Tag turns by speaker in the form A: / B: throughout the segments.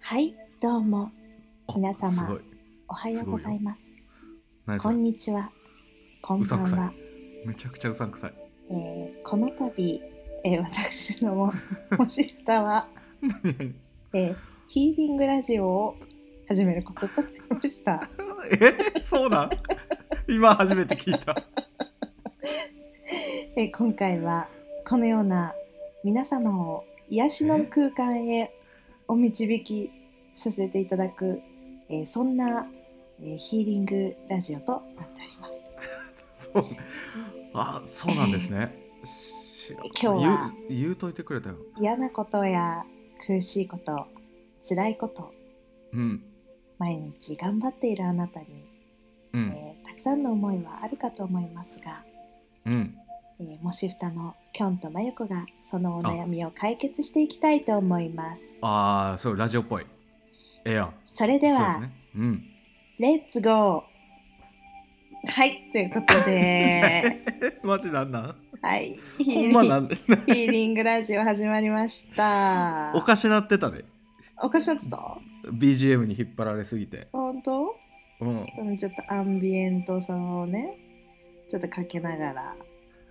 A: はい、どうも、
B: あ
A: 皆様
B: すごい。
A: おはようございます。
B: 何そ
A: こ
B: れ
A: んにちは。こんばん
B: うさん
A: は
B: く。めちゃくちゃうさんくさい。
A: えーこの度、えー私の ももしふたは、
B: 何
A: えーヒーリングラジオを始めることとなりました。
B: えそうなん 今初めて聞いた。
A: えー今回はこのような皆様を癒しの空間へお導きさせていただく、えーそんな、えーヒーリングラジオとなっております。
B: そう。あ、そうなんですね。知らん
A: 今日は
B: 言う言うといてくれたよ。
A: 嫌なことや苦しいこと辛いこと
B: うん。
A: 毎日頑張っているあなたに、
B: うん。
A: えーたくさんの思いはあるかと思いますが、
B: うん。
A: えーもしふたのきょんとまゆこがそのお悩みを解決していきたいと思います
B: ああ、そう、ラジオっぽい。ええやん。
A: それでは
B: そうですね。うん。
A: レッツゴーはいということで
B: マジなんなん
A: はい
B: ほんまなんで。
A: ヒーリングラジオ始まりました
B: おかしなってたで。
A: おかしなってた
B: BGM に引っ張られすぎて。
A: 本当
B: うん。
A: そのちょっとアンビエントさをねちょっとかけながら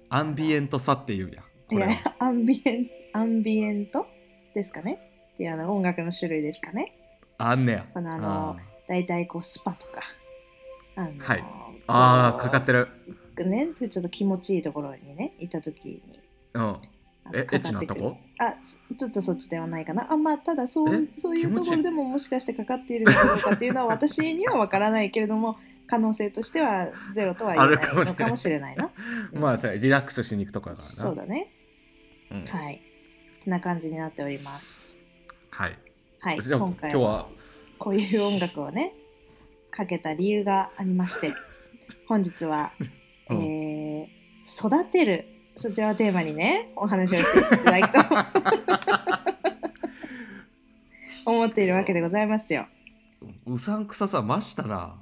B: アンビエントさって言うや
A: い
B: ん。これ
A: や
B: は。
A: アンビエンアンビエントですかねっていうあの音楽の種類ですかね
B: あんねや。
A: このあの
B: ー
A: だいたいこうスパとかあの
B: はいあー、かかってる。
A: てねちょっと気持ちいいところにね行った時に
B: うん。
A: あの
B: え、エ
A: か
B: ッ
A: か
B: チ
A: っ
B: な
A: てく
B: と
A: る
B: こ
A: あちちょっとそっちではないかなあまあただそう
B: え
A: そういう
B: 気持
A: と
B: ちいい
A: ころでももしかしてかかっているのかどうかっていうのは私にはわからないけれども可能性としてはゼロとは言え
B: あるか
A: ない
B: も
A: の
B: しれない
A: かもしれないなうん
B: まあさ、リラックスしに行くとこやからな。
A: そうだね
B: うんはい。
A: はいこんな感じになっておりますはい
B: じゃあ、今
A: 今回
B: 日は、
A: こういう音楽をねかけた理由がありまして本日は、
B: うん
A: えー育てるそちらをテーマにねお話をしていただきたい と思っているわけでございますよ。
B: うさんくささ増したな。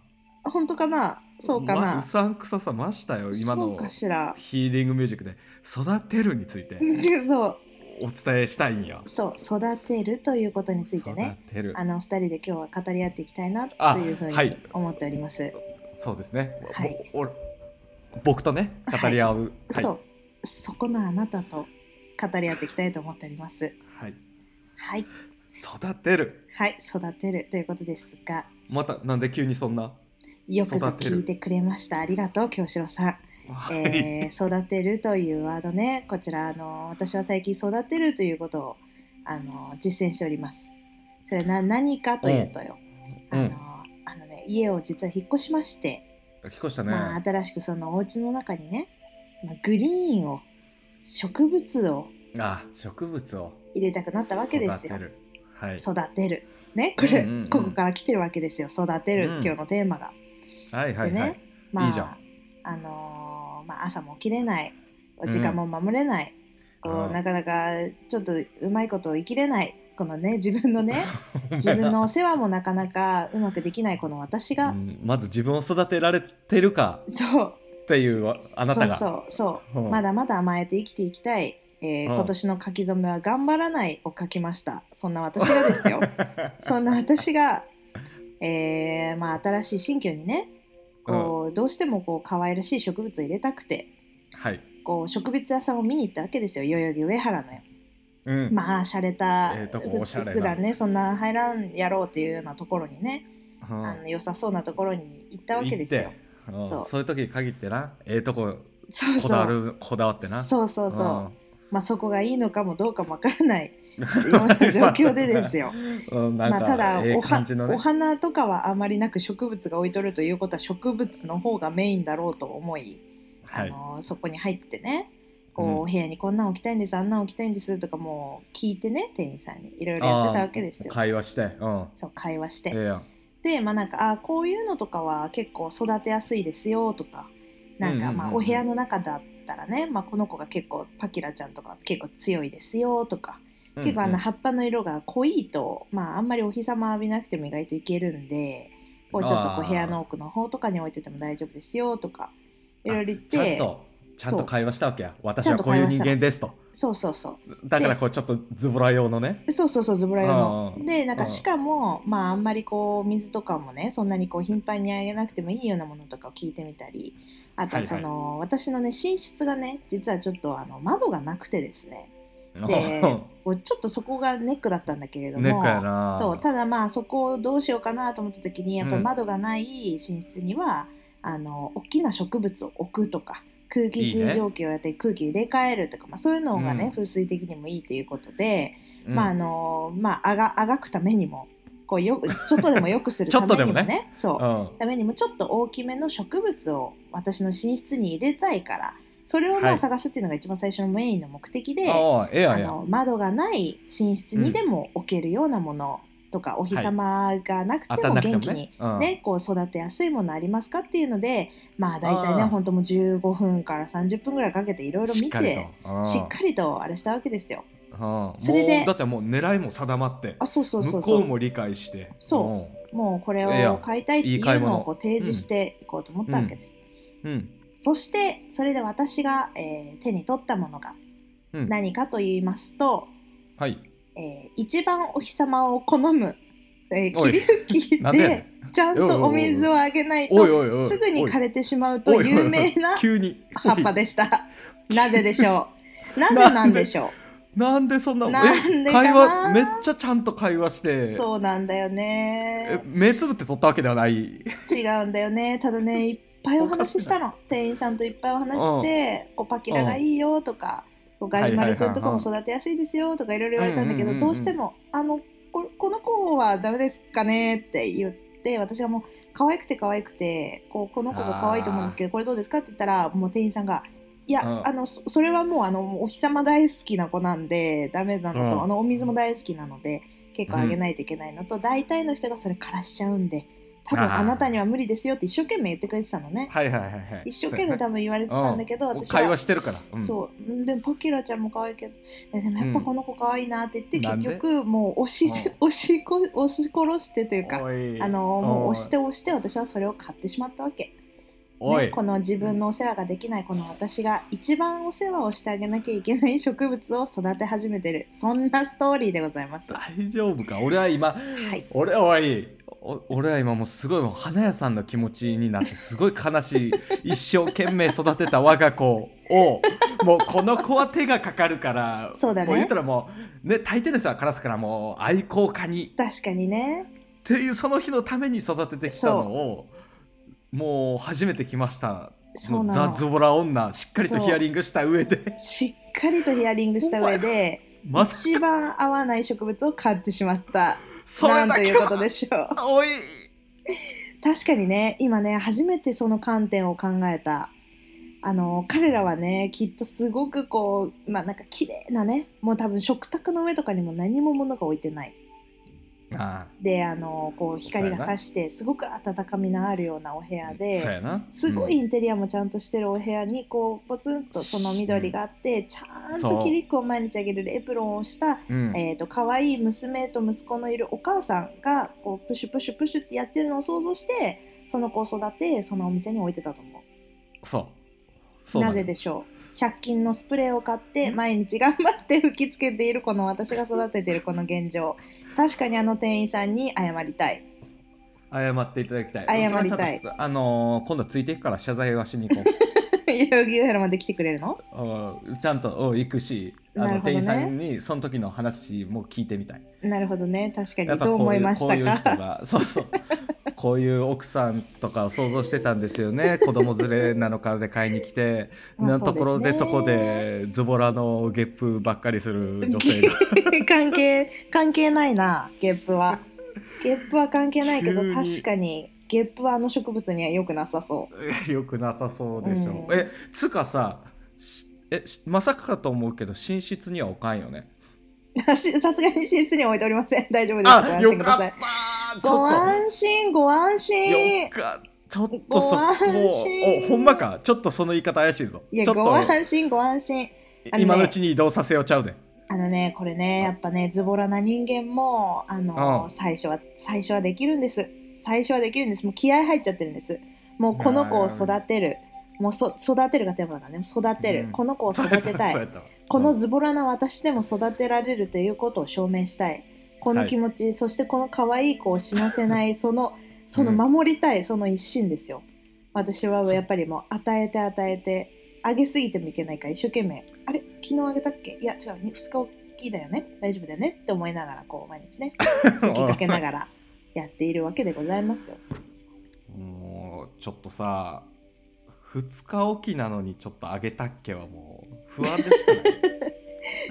A: 本当かなそうかな、
B: まうさんくささ増したよ、今
A: そう
B: の
A: かしら
B: ヒーリングミュージックで。育てるについて
A: そう
B: お伝えしたいんや。
A: そう育てるということについてね
B: 育てる
A: あ。の2人で今日は語り合っていきたいな
B: あ
A: というふう
B: は
A: に
B: い
A: 思っております。
B: そうですね。
A: はい
B: ぼ俺僕とね、語り合う。はい。
A: そうそこのあなたと語り合っていきたいと思っております。
B: はい。
A: はい、
B: 育てる。
A: はい、育てるということですが、
B: また、なんで急にそんな。
A: よくぞ
B: 育てる
A: 聞いてくれました。ありがとう、京志郎さん。
B: はい。
A: えー育てるというワードね、こちら、あの、私は最近育てるということを、あの、実践しております。それな、何かというとよ、
B: うん
A: あ
B: うん
A: の、あのね、家を実は引っ越しまして、
B: 引っ越したね。
A: まあ、新しくそのお家の中にね、まあ、グリーンを、植物を
B: あ、植物を。
A: 入れたくなったわけですよ
B: 育て。るはい。
A: 育てる。ね、これ、
B: うんうんうん
A: ここから来てるわけですよ。育てる、
B: うん
A: 今日のテーマが。
B: はいはい
A: で
B: はい。
A: ねまあ、
B: いいじゃん
A: あのーまあ、朝も起きれない、
B: ん
A: 時間も守れない、こ
B: う
A: う、
B: ん
A: なかなかちょっとうまいことを生きれない、このね、 自分の ね、自分のお世話もなかなかうまくできない、この私
B: う
A: が、
B: んまず自分を育てられてるか
A: そう、
B: っていうわあなたが
A: そうそうそう、
B: うん
A: ま だまだ甘えて生きていきたい。えー
B: うん
A: 今年の書き初めは頑張らないを書きました。そんな私がです よ。そんな私が、えーまあ、新しい新居にねこう、どうしてもこう可愛らしい植物を入れたくて
B: はい、
A: こう植物屋さんを見に行ったわけですよ代々木上原のよ
B: うん
A: まあ洒落た、
B: ええとこおしゃれな
A: 普段ねそんな入らんやろうっていうようなところにね、
B: うん
A: あの良さそうなところに行ったわけです
B: 行
A: よ
B: ってうん
A: そう
B: そういう時に限ってなええとこ
A: そう
B: こ
A: そ
B: だわ
A: う
B: るこだわってな
A: そうそうそう、まあそこがいいのかもどうかもわからない
B: うん
A: ような状況でですよ
B: うん なん
A: ま
B: か、
A: あただ
B: ええ
A: おは
B: 感じのね
A: お花とかはあまりなく植物が置いとるということは植物の方がメインだろうと思い、
B: は
A: あ
B: い
A: のそこに入ってねこう、
B: うん
A: お部屋にこんなん置きたいんですあんなん置きたいんですとかもう聞いてね店員さんにいろいろやってたわけです
B: あ
A: よ
B: ー。会話してうん
A: そう会話して、
B: ええやん
A: でまあなんかあーこういうのとかは結構育てやすいですよとかなん
B: うんうんう
A: か
B: ん
A: まあお部屋の中だったらね、まあ、この子が結構パキラちゃんとか結構強いですよとか結構あ
B: うんう
A: の
B: ん
A: 葉っぱの色が濃いと、まあ、あんまりお日様浴びなくても意外といけるんでこうちょっとこ
B: あ
A: う
B: ー
A: 部屋の奥の方とかに置いてても大丈夫ですよとかいろいろ言っ
B: ちゃん
A: て
B: とちゃん
A: そ
B: と
A: う
B: 会話したわけや私
A: ちゃ
B: は
A: んと
B: こうい
A: 会
B: う
A: 話し
B: 人
A: た
B: 間ですと
A: そうそうそう
B: だからこうちょっとズボラ用のね
A: そうそうそうズブラ用の
B: うん
A: でなん
B: う
A: か
B: ん
A: しかも、まああんまりこう水とかもねそんなにこう頻繁にあげなくてもいいようなものとかを聞いてみたりあと
B: はいは
A: はいその、私のね寝室がね実はちょっとあの窓がなくてですね
B: うん
A: でこうちょっとそこがネックだったんだ けれども
B: ネックやな
A: そうただまあそこをどうしようかなと思った時にやっぱ
B: うん
A: り窓がない寝室には、あの大きな植物を置くとか空気水蒸気をやって空気入れ替えるとかまあ、そういうのがね、
B: うん
A: 風水的にもいいということで、
B: うん
A: まああのまああがあがくためにもこうよちょっとでもよくする
B: ちょ
A: た
B: っ
A: め
B: とで
A: にも
B: もね
A: ねそう、
B: うん
A: ためにもちょっと大きめの植物を私の寝室に入れたいからそれをま
B: は
A: あ
B: い
A: 探すっていうのが一番最初のメインの目的で。
B: ああええや
A: あ
B: んや
A: の窓がない寝室にでも置けるようなものとか、お日様がなく
B: 当
A: て
B: たん
A: も
B: なくて
A: 元気に、
B: も
A: ね
B: ねうん
A: こう育てやすいものありますかっていうのでまあ大体ね
B: あー
A: 本当もう15分から30分ぐらいかけていろいろ
B: しっ
A: 見
B: かり
A: て
B: とうん
A: しっかりとあれしたわけですよ。
B: うん
A: それで
B: もうだってもう狙いも定まって
A: あそうそうそ
B: 向
A: う
B: こ
A: そうう
B: も理解して
A: そもうこれ
B: いや
A: を買いたいってい
B: いい買いう
A: の
B: 物
A: をこう提示していこうと思ったわけです。
B: うんうん
A: そしてそれで私が、えー手に取ったものが
B: うん
A: 何かと言いますと、
B: はい
A: えー一番お日様を好む、えー、
B: お
A: 霧
B: い
A: 吹き
B: なんでやね
A: で
B: ん
A: ちゃんとお水をあげない
B: おい
A: と
B: おいおい
A: すぐに枯
B: れ
A: れてしまうと有名な
B: 急に
A: 葉っぱで した。なぜでしょうなぜなんでしょ
B: なんでそんなえ
A: なんでかな
B: 会話めっちゃちゃんと会話して
A: うそうなんだよ
B: え
A: ね
B: 目つぶって撮ったわけではない
A: 違うんだよねただねいっぱいお話ししたの店員さんといっぱいお話ししてこうパキラがいいよとかこうガジュマル君とかも育てやすいですよとかいろいろ言われたんだけ
B: うんうんうんう
A: ど
B: ん
A: どうしてもあのここの子はダメですかねって言って私はもう可愛くて可愛くてこうこの子が可愛いと思うんですけどこれどうですかって言ったらもう店員さんがいや、
B: うん
A: あのそそれはもうあのもうお日様大好きな子なんでダメなのと、
B: うん
A: あのお水も大好きなので結構あげないといけないのと、大体の人がそれ枯らしちゃうんで多分
B: あー
A: あなたには無理ですよって一生懸命言ってくれてたのね
B: はいはいはいはい
A: 一生懸命
B: そうやね
A: 多分言われてたんだけど、
B: うん
A: 私は
B: 会話してるからうん
A: そううんでもパキラちゃんも可愛いけどえでもやっぱこの子可愛いなって言って、
B: うんなんで
A: 結局もう押し,、押しこ押し殺してというか
B: おい
A: あのもう
B: おい
A: 押して押して私はそれを買ってしまったわけ、
B: お
A: ね
B: い
A: この自分のお世話ができないこの私が一番お世話をしてあげなきゃいけない植物を育て始めてるそんなストーリーでございますは
B: 大丈夫か俺は今
A: い
B: 俺おいお俺は今もうすごいもう花屋さんの気持ちになってすごい悲し い一生懸命育てた我が子をもうこの子は手がかかるから
A: そうだね
B: も言ったらもうね大抵の人はカラスからもう愛好家に
A: 確かにね
B: っていうその日のために育ててきたのをもう初めて来ました
A: そう
B: もう
A: な
B: ザ・
A: の
B: ズボラ女しっかりと
A: そう
B: ヒアリングした上で
A: しっかりとヒアリングした上で
B: マス
A: 一
B: ク
A: 番合わない植物を買ってしまった
B: それ
A: なん
B: だ
A: とい
B: け
A: うこと
B: は
A: でしょう
B: おい
A: 確かにね今ね初めてその観点を考えたあの彼らはねきっとすごくこうまあなんか綺麗なねもう多分食卓の上とかにも何も物が置いてない
B: あ
A: であのこう光
B: そ
A: が
B: うやな
A: 差してすごく温かみのあるようなお部屋
B: あそう
A: で
B: やな
A: すごい
B: うん
A: インテリアもちゃんとしてるお部屋にこうポツンとその緑があってちゃん
B: そ
A: と
B: う
A: キリックを毎日あげるエプロンをした
B: うん
A: えー、と可愛い娘と息子のいるお母さんがこうプシュプシュプシュってやってるのを想像してその子を育てそのお店に置いてたと思う
B: そうそう
A: なぜでしょう100均のスプレーを買って毎日頑張って 吹きつけているこの私が育てているこの現状確かにあの店員さんに謝りたい
B: 謝っていただきた
A: 謝
B: い。
A: りたい
B: それはちゃんと。あのー今度ついていくから謝罪はし に行こ
A: 代々木上原まで来てくれるの
B: ううん。ちゃんとうん行くし、あの、
A: なるほど
B: 店
A: ね
B: 員さんにその時の話も聞いてみたい。
A: なるほどね確かに
B: こ
A: どう思いまし
B: こういう
A: た
B: 人
A: か
B: が、 そうそう。こういう奥さんとかを想像してたんですよね。子供連れなのかで買いに来て、
A: ま
B: な
A: あ
B: んところでそこ
A: うすね
B: でズボラのゲップばっかりする女性が。
A: 関係関係ないなゲップはゲップは関係ないけど
B: 急に
A: 確かにゲップはあの植物には良くなさそう
B: よくなさそうでしょ。
A: うん
B: え、つうかさ、しえ、しまさかかと思うけど、寝室には置かんよね。
A: さすがに寝室に置いておりません大丈夫ですご
B: あ、
A: 安
B: よ
A: 心く
B: か
A: だ
B: っ
A: さ
B: た
A: い
B: ちょ
A: ご
B: っと。
A: 安心ご安心
B: よかちょっとそこ
A: ご安心
B: おほんまかちょっとその言い方怪しいぞ
A: いや
B: ちょっ
A: ご
B: と
A: 安心ご安心あのね
B: 今のうちに移動させようちゃうで
A: あのねこれねやっぱねズボラな人間もあの
B: うん
A: 最初は最初はできるんです最初はできるんですもう気合入っちゃってるんですもうこの子を育てるもうそ育てるがテーマだからね育てる、
B: うん
A: この子を育てた
B: そう
A: い
B: やったわ
A: このズボラな私でも育てられるということを証明したいこの気持ち、そしてこの可愛い子を死なせ ないそのその守りたいその一心ですよ私は
B: そう
A: やっぱりもう与えて与えてあげすぎてもいけないから一生懸命あれ昨日あげたっけいや違う 2, 日おきだよね大丈夫だよねって思いながらこう毎日ね
B: うん
A: 吹きかけながらやっているわけでございますよ
B: もうちょっとさ2日おきなのにちょっとあげたっけはもう不安でしかない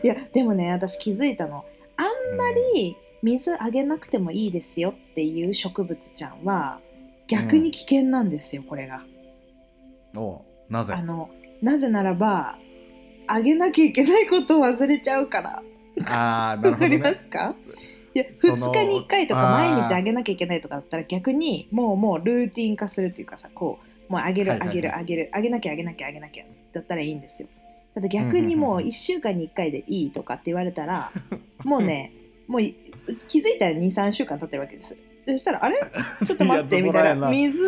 A: いやでもね私気づいたの
B: あん
A: あんま り水あげなくてもいいですよっていう植物ちゃんは逆に危険なんですよ、これが。
B: おうなぜ
A: あのなぜならばあげなきゃいけないことを忘れちゃうから。
B: ああなる
A: わか
B: ほど、
A: ります
B: ね、
A: かいや
B: そ
A: 2
B: の
A: 日に1回とか
B: あー
A: 毎日あげなきゃいけないとかだったら逆にもうもうルーティン化するというかさこうもうあげる
B: はい
A: あ
B: はいはい
A: げるあげるあげなきゃあげなきゃあげなきゃだったらいいんですよただ逆にもう1週間に1回でいいとかって言われた らもうねもうい気づいたら23週間経ってるわけですそしたら あれちょっと待ってみ
B: いやズボラ
A: たい
B: やな
A: な水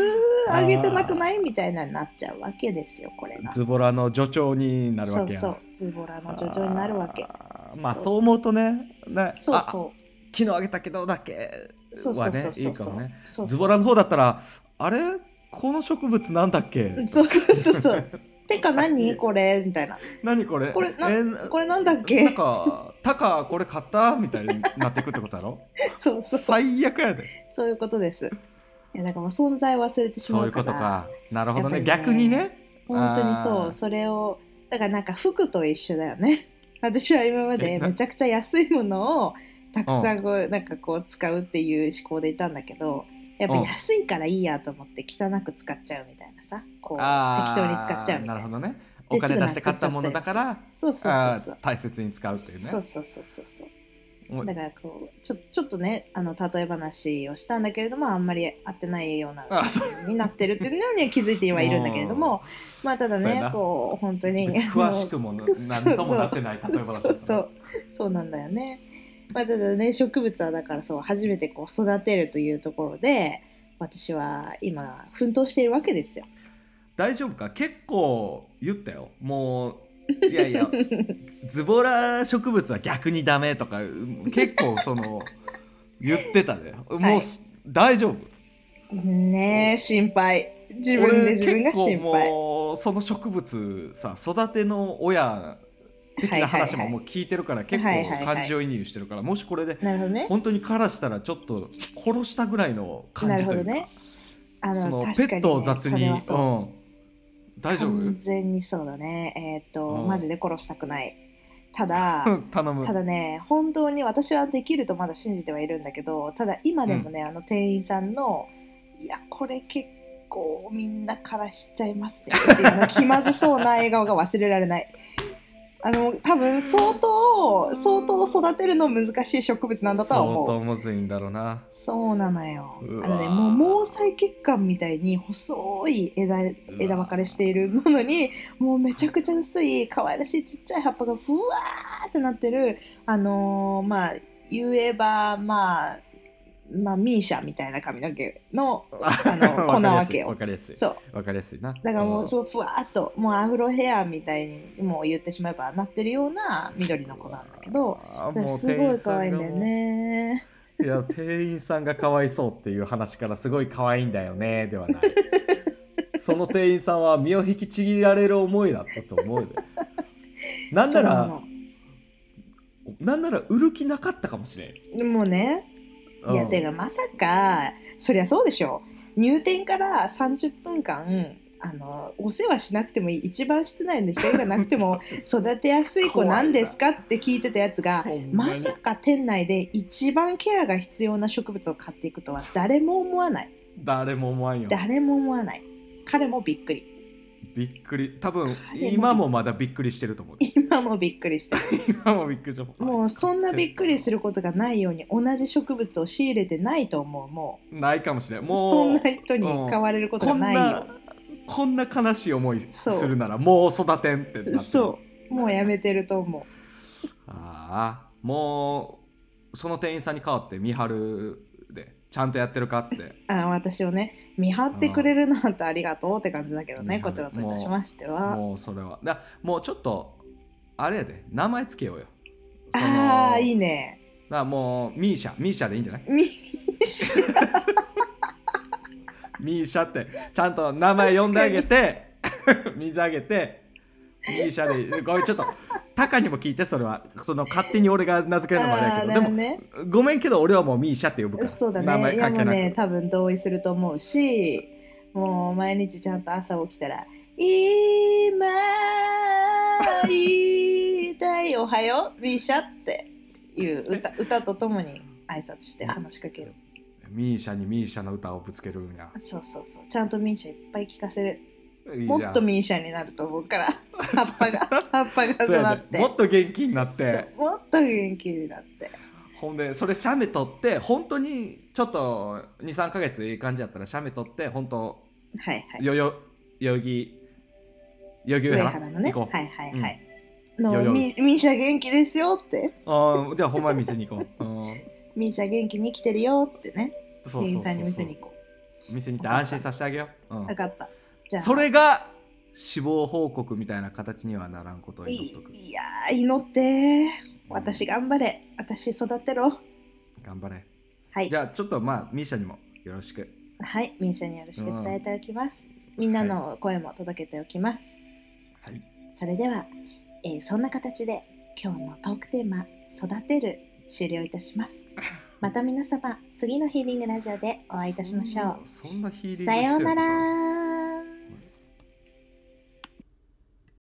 A: あげてなくないみたいなになっちゃうわけですよこれが
B: ズボラの助長になるわけや
A: そうそうズボラの叙情になるわけ
B: あーまあそう思うとねね
A: そうそう
B: あ昨日あげたけどだっけ
A: そうそ
B: は
A: う
B: ね
A: そう
B: い
A: そ
B: いうか
A: そう
B: もね
A: そう
B: ズ
A: そう
B: ボラの方だったらあれこの植物なんだっけ
A: そうそう そうそうてか何これみたいな
B: 何これ
A: これな
B: えー
A: これなんだっけ
B: なんかタカこれ買ったみたいになってくってことだろ
A: そうそう
B: 最悪やで
A: そういうことですいやだからもう存在を忘れてしま
B: そういううこ
A: か
B: と
A: ら
B: かなるほどね
A: やっぱ
B: 逆
A: り
B: に
A: ね
B: ね
A: 本当にそ
B: あー
A: うそれをだからなんか服と一緒だよね 私は今ま
B: え
A: で
B: な
A: めちゃくちゃ安いものをたくさんこうなんかこう使うっていう思考でいたんだけどやっぱ
B: うん
A: 安いからいいやと思って汚く使っちゃうみたいなさこう適
B: あー
A: 当に使っちゃうみた
B: ないる
A: な
B: ほどね
A: で
B: お金出して買ったものだから
A: そうそう
B: あ
A: そうそう
B: ー大切に使うっていうね
A: そうそうそうそうそう
B: もう
A: だからこうちょちょっとねあの例え話をしたんだけれどもあんまり合ってないような
B: あそう
A: になってるっていうのには気づいてはいるんだけれどもまあただ
B: そうや
A: ね
B: な
A: こう本当に
B: 別に 詳しくもな
A: そう
B: 何ともなってない
A: あ
B: 例え
A: の そ
B: 話だっ
A: う
B: た
A: そうそうなんだよね。まあ、ただね植物はだからそう初めてこう育てるというところで私は今奮闘しているわけですよ。
B: 大丈夫か結構言ったよもういやいや ズボラ植物は逆にダメとか結構その言ってたで、もうす大丈夫
A: ねえ心配自分で自分が
B: 俺
A: 心
B: 結構
A: 配。
B: もうその植物さ育ての親的
A: はい
B: な
A: はいはい
B: 話ももう聞いてるから結
A: はいはいはい
B: 構感情移入してるからもしこれで
A: なるほどね。
B: 本当にからしたらちょっと殺したぐらいの感じというか、
A: なるあ
B: その
A: 確
B: ペ
A: か
B: ッ
A: ね
B: トを雑
A: そ
B: に、
A: れ
B: う、
A: はそうん
B: 大丈夫
A: 完全にそうだねえーっと、
B: うん
A: マジで殺したくないただ
B: 頼む
A: ただね本当に私はできるとまだ信じてはいるんだけどただ今でもね、あの店員さんの「いやこれ結構みんなからしちゃいますね」っていうあの気まずそうな笑顔が忘れられない。あの多分相当相当育てるの難しい植物なんだとは思う
B: 相当むずいんだろうな
A: そうなのよ。あ
B: うわー
A: のね、もう毛細血管みたいに細い枝枝分かれしているものにもうめちゃくちゃ薄い可愛らしいちっちゃい葉っぱがふわーってなってるあのーまあ言えばまあまあミーシャみたいな髪の毛 のあの粉わけ
B: わ
A: よ。
B: かりやすい
A: そう
B: わかりやすいな
A: だからもう
B: う
A: そうふわーっともうアフロヘアみたいにもう言ってしまえばなってるような緑の子なんだけど
B: あ
A: だ
B: ー
A: から
B: もう
A: すごい可愛いんだよ
B: 店員
A: ね。
B: さんがもういや店員さんがかわいそうっていう話からすごい可愛いんだよねではない その店員さんは身を引きちぎられる思いだったと思うでなんな
A: そう
B: ら
A: の
B: なんなら売る気なかったかもしれん
A: でもうねいやてかまさかそりゃそうでしょ入店から30分間あのお世話しなくてもいい一番室内の光がなくて も育てやすい子なんですかって聞いてたやつがまさか店内で一番ケアが必要な植物を買っていくとは誰も思わない
B: 誰も思わんよ
A: 誰も思わない彼もびっくり
B: びっくり多分
A: びっくり
B: 今もまだびっくりしてると思う
A: 今もびっくり してる
B: 今もびっくりしてる
A: もうそんなびっくりす
B: る
A: ることがないように同じ植物を仕入れてないと思うも
B: ないかもしれ
A: う
B: んも
A: そ
B: う
A: んな人に買われることがないよ
B: こんなこんな悲しい思いす
A: そう
B: るならもう育てんってなってる
A: そうもうやめてると思
B: ああもうその店員さんに代わって見張るでちゃんとやってるかって
A: あ私をね見張ってくれるなんてありがとうって感じだけどね、
B: うん
A: こちらといたしましては
B: もうそれはだもうちょっとあれやで名前つけようよその
A: ああいいね
B: だからもうミーシャミーシャでいいんじゃない
A: ミッシー
B: ミーシャってちゃんと名前呼んであげて 水あげてミーシャでいいごめんちょっとタカにも聞いてそれはその勝手に俺が名付けるのもあれや
A: あ
B: け
A: ーなる
B: どで
A: ほど
B: も
A: ね
B: ごめんけど俺はもうミーシャって呼ぶから
A: そうだ
B: 名
A: ね
B: 前
A: いや
B: 関
A: も
B: 係
A: う
B: なく、
A: ね多分同意すると思うしもう毎日ちゃんと朝起きたら「今言いたいおはようミーシャ」っていう歌歌とともに挨拶して話しかける
B: ミーシャにミーシャの歌をぶつけるんや
A: そうそうそうちゃんとミーシャいっぱい聞かせる
B: いい
A: も
B: じゃ
A: っ
B: ん
A: とミーシャになると思う から葉っぱが葉っぱが
B: そうや
A: 育っ
B: ね
A: て
B: もっと元気になって
A: そうもっと元気になって
B: ほんでそれ写メ撮って本当にちょっと23か月いい感じやったら写メ撮って本当
A: はいはい
B: よよ代々木代々木上
A: 上
B: 原
A: 原のねは
B: 行こ、
A: いうはいはい、
B: よ
A: の
B: よ
A: ミミーシャ元気ですよって
B: あーじゃあ本番店に行こう、うん、
A: ミーシャ元気に生きてるよってね
B: そうそうそうそう
A: 店員さんに見せに行こ
B: 店に行って安心させてあげよう、
A: う分かったじ
B: う
A: ゃ
B: ん、
A: あ
B: それが死亡報告みたいな形にはならんことを
A: い
B: 祈っとく
A: いいやー祈って私頑張れ私育てろ
B: 頑張れ
A: はい
B: じゃあちょっとまあミーシャにもよろしく
A: はいミーシャによろしく伝えておきます、みんなの声も届けておきます、
B: はい
A: それでは、えーそんな形で今日のトークテーマ「育てる」終了いたし ますまた皆様次のヒーリングラジオでお会いいたしましょ
B: そんなそんなヒーリン
A: う
B: グ
A: さ
B: 必
A: よ
B: 要な
A: う
B: こと
A: なら